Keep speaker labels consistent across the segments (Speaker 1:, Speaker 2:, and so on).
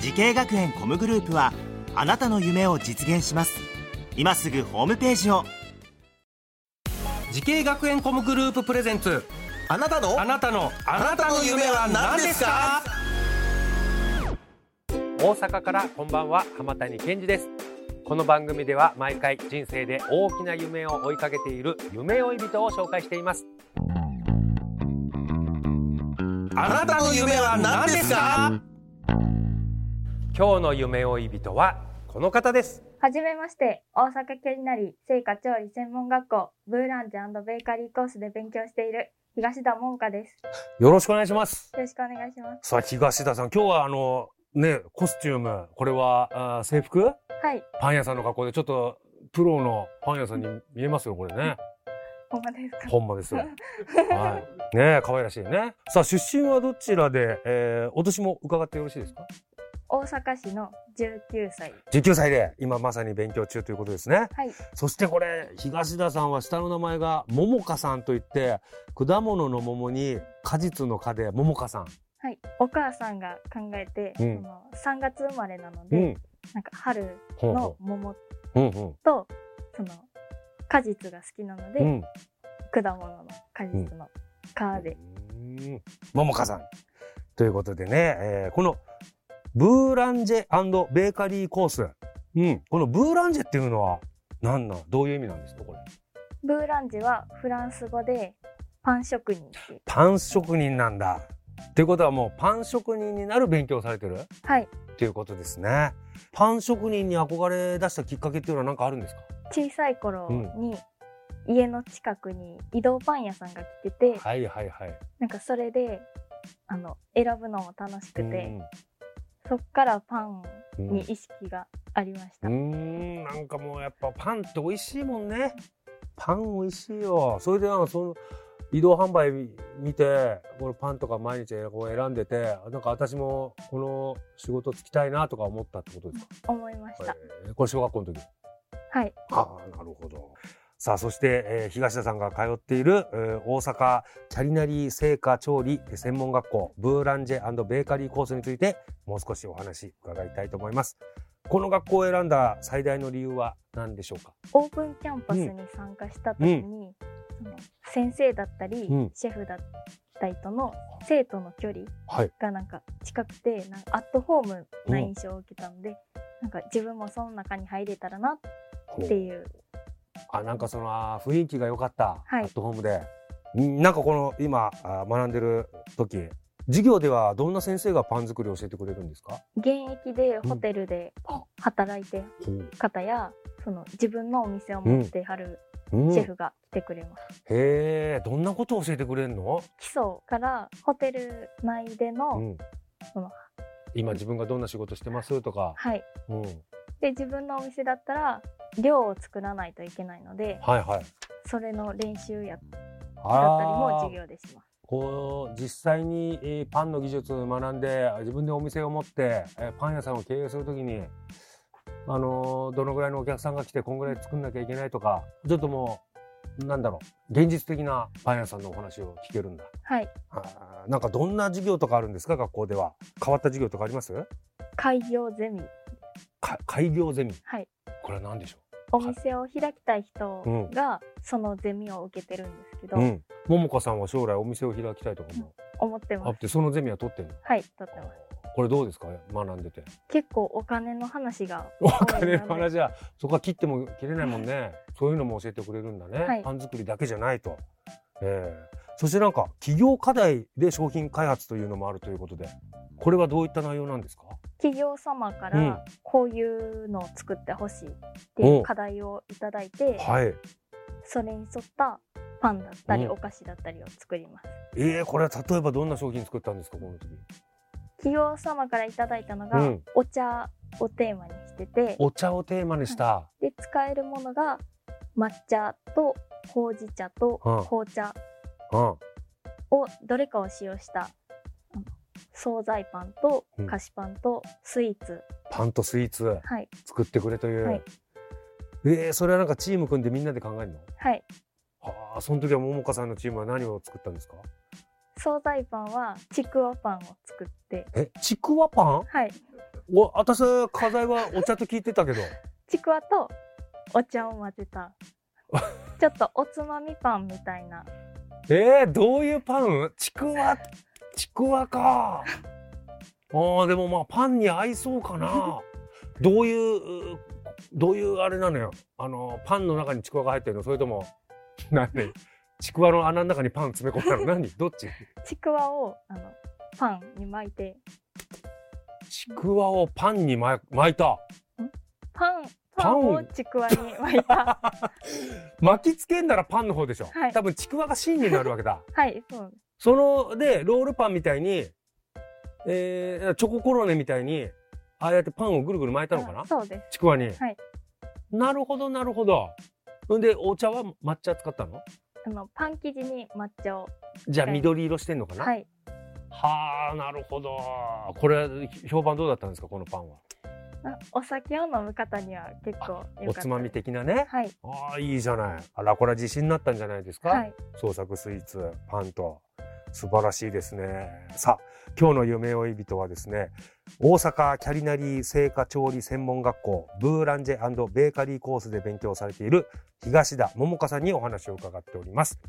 Speaker 1: 時系学園コムグループはあなたの夢を実現します今すぐホームページを
Speaker 2: 時系学園コムグループプレゼンツ
Speaker 3: あなたの
Speaker 2: あなたのあ
Speaker 3: なたの夢は何ですか
Speaker 2: 大阪からこんばんは浜谷健二ですこの番組では毎回人生で大きな夢を追いかけている夢追い人を紹介しています
Speaker 3: あなたの夢は何ですか
Speaker 2: 今日の夢追い人はこの方です
Speaker 4: はじめまして、大阪ケリナリ製菓調理専門学校ブーランジベーカリーコースで勉強している東田桃香です。
Speaker 2: よろしくお願いします
Speaker 4: よろしくお願いします。
Speaker 2: さあ東田さん今日はあのねコスチュームこれはあ制服
Speaker 4: はい、
Speaker 2: パン屋さんの格好でちょっとプロのパン屋さんに見えますよこれね
Speaker 4: ほんまですか
Speaker 2: ほんま ですよ。はい。ねえ、可愛らしいね。さあ、出身はどちらで、えー、お年も伺ってよろしいですか
Speaker 4: 大阪市の19歳。
Speaker 2: ?19 歳で、今まさに勉強中ということですね。
Speaker 4: はい、
Speaker 2: そしてこれ、東田さんは下の名前が、ももかさんといって、果物の桃に、果実の果で、ももかさん。
Speaker 4: はい。お母さんが考えて、
Speaker 2: うん
Speaker 4: その3月生まれなので、。なんか春
Speaker 2: ほう
Speaker 4: の
Speaker 2: ほ
Speaker 4: 桃
Speaker 2: う。うんうん。
Speaker 4: と、その果実が好きなので、
Speaker 2: うん。
Speaker 4: 果物の果実の皮で。
Speaker 2: うんももかさん。ということでね、えーこのブーランジェベーカリーコース。うん。このブーランジェっていうのは何なんどういう意味なんですかこれ。
Speaker 4: ブーランジはフランス語でパン職人っていう。
Speaker 2: パン職人なんだ。っていうことはもうパン職人になる勉強をされてるっ
Speaker 4: はい。
Speaker 2: ていうことですね。パン職人に憧れ出したきっかけっていうのは何かあるんですか
Speaker 4: 小さい頃に家の近くに移動パン屋さんが来てて、
Speaker 2: はいはいはい。
Speaker 4: なんかそれであの選ぶのも楽しくて、
Speaker 2: うん
Speaker 4: そっからパン
Speaker 2: うん
Speaker 4: に意識がありまし
Speaker 2: う
Speaker 4: た、
Speaker 2: ーん、なんかもうやっぱパンって美味しいもんね。パン美味しいよ。それでなんかその移動販売見て、このパンとか毎日こう選んでて、なんか私もこの仕事つきたいなとか思ったってことですか。
Speaker 4: 思いました、
Speaker 2: えーこれ小学校の時。
Speaker 4: はい
Speaker 2: ああ、なるほど。さあ、そして、えー東田さんが通っている、えー大阪キャリナリー製菓調理専門学校ブーランジェベーカリーコースについてもう少しお話伺いたいと思います。この学校を選んだ最大の理由は何でしょうか
Speaker 4: オープンキャンパスに参加した時に、その先生だったり、
Speaker 2: うん
Speaker 4: シェフだったりとの生徒の距離
Speaker 2: はい。
Speaker 4: がなんか近くてなんかアットホームな印象を受けたので、なんか自分もその中に入れたらなっていう
Speaker 2: あ、なんかそのあー雰囲気が良かった、
Speaker 4: はい
Speaker 2: アットホームで。んなんかこの今あー学んでる時、授業ではどんな先生がパン作りを教えてくれるんですか
Speaker 4: 現役でホテルで
Speaker 2: うん
Speaker 4: 働いてる方や、その自分のお店を持ってはる
Speaker 2: うん
Speaker 4: シェ
Speaker 2: へ
Speaker 4: フが来てくれます、
Speaker 2: え、どんなことを教えてくれるの
Speaker 4: 基礎からホテル内での、
Speaker 2: うん
Speaker 4: その
Speaker 2: 今自分がどんな仕事してますと か、
Speaker 4: はい
Speaker 2: うん、
Speaker 4: で自分のお店だったら量を作らないといけないので
Speaker 2: はいはい。
Speaker 4: それの練習やだった
Speaker 2: あ
Speaker 4: りも
Speaker 2: ー
Speaker 4: 授業でします
Speaker 2: こう実際に、えーパンの技術を学んで自分でお店を持って、えーパン屋さんを経営するときに、あのーどのぐらいのお客さんが来てこんぐらい作んなきゃいけないとかちょっともうなんだろう現実的なパン屋さんのお話を聞けるんだ。
Speaker 4: はい
Speaker 2: あーなんかどんな授業とかあるんですか学校では変わった授業とかあります
Speaker 4: 開業ゼミ
Speaker 2: か開業ゼミ
Speaker 4: はい
Speaker 2: これは何でしょ
Speaker 4: お店を開きたい人
Speaker 2: う
Speaker 4: がそのゼミを受けてるんですけど、
Speaker 2: う、ん、ももこさんは将来お店を開きたいとかも
Speaker 4: 思って
Speaker 2: あ
Speaker 4: ま
Speaker 2: っ
Speaker 4: す
Speaker 2: てそのゼミは取ってんの
Speaker 4: はいとってます
Speaker 2: これどうですか学んでて
Speaker 4: 結構お金の話が
Speaker 2: お金の話はそこは切っても切れないもんねそういうのも教えてくれるんだね、
Speaker 4: はい
Speaker 2: パン作りだけじゃないと、えーそしてなんか企業課題で商品開発というのもあるということでこれはどういった内容なんですか
Speaker 4: 企業様か
Speaker 2: うん
Speaker 4: らこういうのを作ってほしいっていう課題をいただいて
Speaker 2: はい
Speaker 4: それに沿ったパンだったり
Speaker 2: うん
Speaker 4: お菓子だったりを作ります
Speaker 2: えー、これは例えばどんな商品作ったんですかこの時
Speaker 4: 企業様からいただいたの
Speaker 2: う
Speaker 4: が、
Speaker 2: ん、
Speaker 4: お茶をテーマにしてて
Speaker 2: お茶をテーマにした、
Speaker 4: で使えるものが抹茶とほうじ茶と
Speaker 2: うん
Speaker 4: 紅茶
Speaker 2: うん、
Speaker 4: をどれかを使用したあの惣菜パンと
Speaker 2: うん
Speaker 4: 菓子パンとスイーツ、
Speaker 2: パンとスイーツ
Speaker 4: はい
Speaker 2: 作ってくれという、
Speaker 4: はい
Speaker 2: えーそれはなんかチーム組んでみんなで考えるの
Speaker 4: はい
Speaker 2: はあその時はももかさんのチームは何を作ったんですか
Speaker 4: 惣菜パンはちくわパンを作って
Speaker 2: えちくわパン
Speaker 4: はい
Speaker 2: わ私は課題はお茶と聞いてたけど
Speaker 4: ちくわとお茶を混ぜたちょっとおつまみパンみたいな
Speaker 2: えー、どういうパンちくわちくわかあーでもまあパンに合いそうかなどういううどういうあれなのよあのパンの中にちくわが入ってるのそれとも何ちくわの穴の中にパン詰め込んだの何どっち
Speaker 4: ちくわをあのパンに巻いて
Speaker 2: ちくわをパンにま巻いた
Speaker 4: パン
Speaker 2: パ
Speaker 4: パ
Speaker 2: ン
Speaker 4: ンをちくわに巻 いた
Speaker 2: 巻きつけんならパンの方でしょ、
Speaker 4: はい
Speaker 2: 多分ちくわが芯になるわけだ
Speaker 4: はいそうです
Speaker 2: そのでロールパンみたいに、えー、チョココロネみたいにああやってパンをぐるぐる巻いたのかな
Speaker 4: あそうです
Speaker 2: ちくわに、
Speaker 4: はい
Speaker 2: なるほどなるほどんでお茶は抹茶使ったの
Speaker 4: あのパン生地に抹茶を
Speaker 2: じゃあ
Speaker 4: はい
Speaker 2: 緑色してんのかな、
Speaker 4: はい
Speaker 2: はあなるほどこれ評判どうだったんですかこのパンは
Speaker 4: あお酒を飲む方には結構よかった
Speaker 2: おつまみ的なね
Speaker 4: はい
Speaker 2: ああいいじゃないあらこれは自信になったんじゃないですか、
Speaker 4: はい
Speaker 2: 創作スイーツパンと素晴らしいですねさあ今日の夢追い人はですね大阪キャリナリー製菓調理専門学校ブーランジェベーカリーコースで勉強されている東田桃香さんにお話を伺っております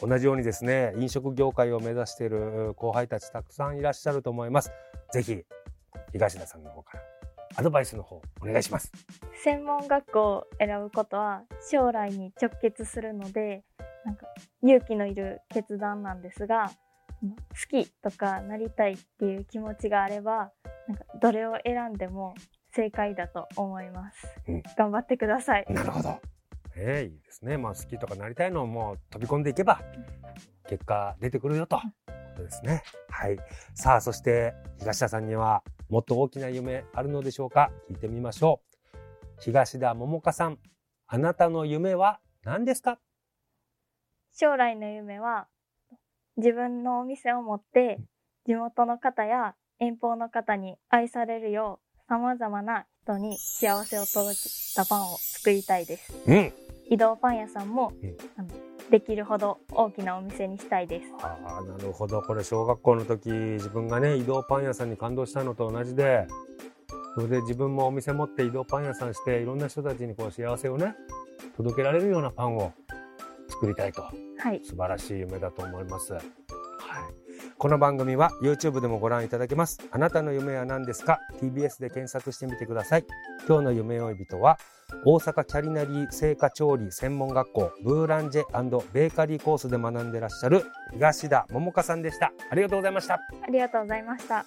Speaker 2: 同じようにですね飲食業界を目指している後輩たちたくさんいらっしゃると思いますぜひ東田さんの方からアドバイスの方お願いします
Speaker 4: 専門学校を選ぶことは将来に直結するのでなんか勇気のいる決断なんですがうん好きとかなりたいっていう気持ちがあればなんかどれを選んでも正解だと思います、
Speaker 2: うん
Speaker 4: 頑張ってください
Speaker 2: なるほど。ええいいですね。まあ好きとかなりたいのをもう飛び込んでいけば結果出てくるよということですね。はい。さあそして東田さんにはもっと大きな夢あるのでしょうか聞いてみましょう。東田桃香さん、あなたの夢は何ですか？
Speaker 4: 将来の夢は自分のお店を持って地元の方や遠方の方に愛されるよう様々な人に幸せを届けたパンを作りたいです
Speaker 2: うん。
Speaker 4: 移動パン屋さんも
Speaker 2: うん
Speaker 4: あのできるほど大きなお店にしたいです
Speaker 2: ああなるほど。これ小学校の時自分がね移動パン屋さんに感動したのと同じで。それで自分もお店持って移動パン屋さんしていろんな人たちにこう幸せをね届けられるようなパンを作りたいと
Speaker 4: はい
Speaker 2: 素晴らしい夢だと思います。はい。この番組は YouTube でもご覧いただけます。あなたの夢は何ですか ?TBS で検索してみてください。今日の夢追い人は大阪キャリナリー製菓調理専門学校ブーランジェベーカリーコースで学んでらっしゃる東田桃香さんでした。ありがとうございました。
Speaker 4: ありがとうございました